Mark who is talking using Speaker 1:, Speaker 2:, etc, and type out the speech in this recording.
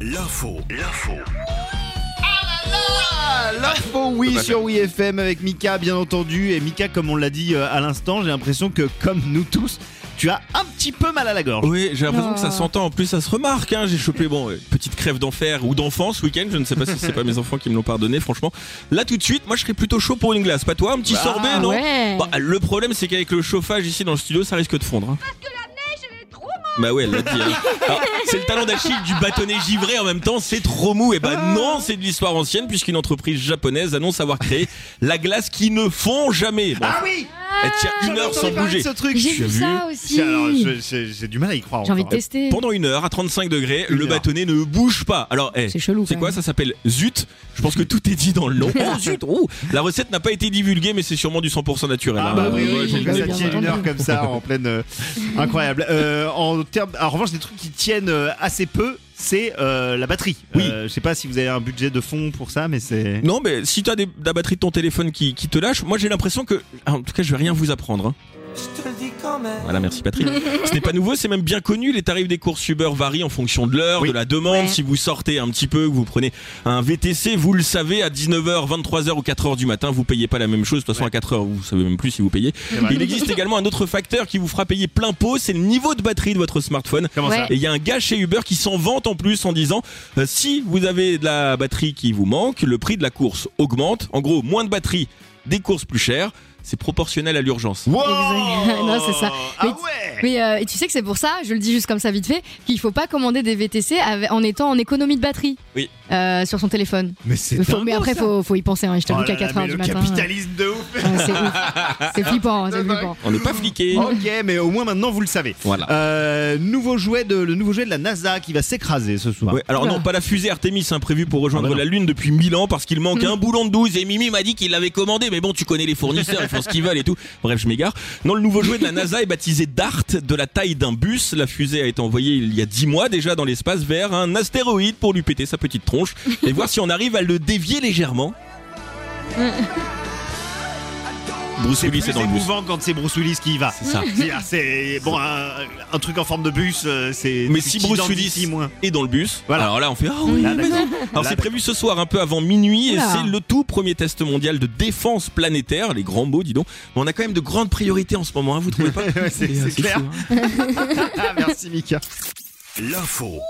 Speaker 1: L'info, l'info.
Speaker 2: L'info oui
Speaker 3: Tout à fait.
Speaker 2: sur WeFM avec Mika bien entendu et Mika comme on l'a dit euh, à l'instant j'ai l'impression que comme nous tous tu as un petit peu mal à la gorge.
Speaker 3: Oui, j'ai l'impression
Speaker 4: Oh.
Speaker 3: que ça s'entend. En plus, ça se remarque. Hein. J'ai chopé bon euh, petite crève d'enfer ou d'enfant ce week-end. Je ne sais pas si c'est pas mes enfants qui me l'ont pardonné. Franchement, là tout de suite, moi je serais plutôt chaud pour une glace. Pas toi, un petit sorbet, non
Speaker 4: Ah ouais.
Speaker 3: Bah, Le problème, c'est qu'avec le chauffage ici dans le studio, ça risque de fondre. hein. Bah ouais, elle l'a dit. hein. Alors, c'est le talent d'Achille du bâtonnet givré en même temps, c'est trop mou. Et bah non, c'est de l'histoire ancienne puisqu'une entreprise japonaise annonce avoir créé la glace qui ne fond jamais. Bon,
Speaker 2: Ah oui
Speaker 3: elle tient une heure sans bouger.
Speaker 2: ce truc.
Speaker 4: J'ai
Speaker 3: tu as
Speaker 4: vu
Speaker 3: vu
Speaker 4: ça aussi.
Speaker 2: C'est- alors,
Speaker 4: J'ai
Speaker 2: je- c'est- J'ai du mal à y croire.
Speaker 4: envie de
Speaker 2: encore.
Speaker 4: tester.
Speaker 3: Pendant une heure, à 35 degrés,
Speaker 2: Une
Speaker 3: le
Speaker 2: heure.
Speaker 3: bâtonnet ne bouge pas. Alors, eh,
Speaker 4: C'est chelou.
Speaker 3: c'est
Speaker 4: quand
Speaker 3: quoi
Speaker 4: même.
Speaker 3: Ça s'appelle Zut. Je pense que tout est dit dans le nom. Oh, zut ouh. La recette n'a pas été divulguée, mais c'est sûrement du 100% naturel.
Speaker 2: Ah
Speaker 3: hein.
Speaker 2: bah oui,
Speaker 3: Ouais,
Speaker 2: oui,
Speaker 3: j'ai
Speaker 2: oui, ça
Speaker 3: le nez
Speaker 4: bah oui,
Speaker 3: bien
Speaker 4: bien
Speaker 2: tient une heure
Speaker 4: entendu.
Speaker 2: comme ça en pleine euh, incroyable. Euh, en termes, en revanche des trucs qui tiennent euh, assez peu, c'est euh, la batterie.
Speaker 3: Oui.
Speaker 2: Euh, je sais pas si vous avez un budget de fond pour ça, mais c'est.
Speaker 3: Non, mais si t'as des- la batterie de ton téléphone qui, qui te lâche, moi j'ai l'impression que. ah, En tout cas, je vais rien vous apprendre. hein. Voilà, merci Patrick. Ce n'est pas nouveau, c'est même bien connu. Les tarifs des courses Uber varient en fonction de l'heure,
Speaker 2: Oui.
Speaker 3: de la demande.
Speaker 4: Ouais.
Speaker 3: Si vous sortez un petit peu, que vous prenez un VTC, vous le savez, à 19h, 23h ou 4h du matin, vous payez pas la même chose. De toute façon,
Speaker 2: Ouais.
Speaker 3: à 4h, vous savez même plus si vous payez.
Speaker 2: C'est vrai.
Speaker 3: Il existe également un autre facteur qui vous fera payer plein pot, c'est le niveau de batterie de votre smartphone.
Speaker 2: Comment
Speaker 4: Ouais.
Speaker 2: ça
Speaker 3: Et il y a un gars chez Uber qui s'en vante en plus en disant euh, si vous avez de la batterie qui vous manque, le prix de la course augmente. En gros, moins de batterie, des courses plus chères, c'est proportionnel à l'urgence.
Speaker 2: Wow
Speaker 4: Exact. Non, c'est ça.
Speaker 2: Ah
Speaker 4: Mais-
Speaker 2: ouais
Speaker 4: Mais euh, et tu sais que c'est pour ça, je le dis juste comme ça vite fait, qu'il faut pas commander des VTC avec- en étant en économie de batterie
Speaker 3: Oui.
Speaker 4: euh, sur son téléphone.
Speaker 2: Mais c'est
Speaker 4: Mais, faut-
Speaker 2: dingo,
Speaker 4: mais après,
Speaker 2: ça.
Speaker 4: faut, faut y penser. Hein. Je
Speaker 2: Oh
Speaker 4: t'avoue qu'à
Speaker 2: là là,
Speaker 4: 4h
Speaker 2: mais
Speaker 4: du
Speaker 2: le
Speaker 4: matin. euh,
Speaker 2: capitalisme de ouf
Speaker 4: ouais, c'est ouf. c'est flippant, hein, c'est
Speaker 2: C'est vrai.
Speaker 4: flippant.
Speaker 3: On n'est pas fliqué.
Speaker 2: Ok, mais au moins maintenant vous le savez.
Speaker 3: Voilà.
Speaker 2: Euh, nouveau jouet de, le nouveau jouet de la NASA qui va s'écraser ce soir.
Speaker 3: Ouais, alors
Speaker 4: Oula.
Speaker 3: non, pas la fusée Artemis hein, prévue pour rejoindre
Speaker 2: Ah bah non.
Speaker 3: la Lune depuis 1000 ans parce qu'il manque un boulon de 12 et Mimi m'a dit qu'il l'avait commandé mais bon tu connais les fournisseurs, ils font ce qu'ils veulent et tout. Bref, je m'égare. Non, le nouveau jouet de la NASA est baptisé DART de la taille d'un bus. La fusée a été envoyée il y a 10 mois déjà dans l'espace vers un astéroïde pour lui péter sa petite tronche et voir si on arrive à le dévier légèrement. Bruce
Speaker 2: Hmm. C'est
Speaker 3: Willis
Speaker 2: plus
Speaker 3: est dans le bus.
Speaker 2: émouvant quand c'est Bruce Willis qui y va.
Speaker 3: C'est ça.
Speaker 2: C'est- ah, C'est bon un, un truc en forme de bus, euh, c'est.
Speaker 3: Mais
Speaker 2: tu
Speaker 3: si Bruce
Speaker 2: t'identifies
Speaker 3: Willis-
Speaker 2: moins.
Speaker 3: et dans le bus.
Speaker 2: Voilà.
Speaker 3: Alors là, on fait ah oui,
Speaker 2: Là,
Speaker 3: mais
Speaker 2: d'accord.
Speaker 3: non. Alors
Speaker 2: Là,
Speaker 3: c'est prévu ce soir, un peu avant minuit, et
Speaker 4: Oula.
Speaker 3: c'est le tout premier test mondial de défense planétaire. Les grands mots, dis donc. Mais on a quand même de grandes priorités en ce moment, hein, vous trouvez pas
Speaker 2: Ouais, c'est-
Speaker 3: Et, euh,
Speaker 2: Ah, c'est clair.
Speaker 3: fou, hein.
Speaker 2: Merci Mika.
Speaker 1: L'info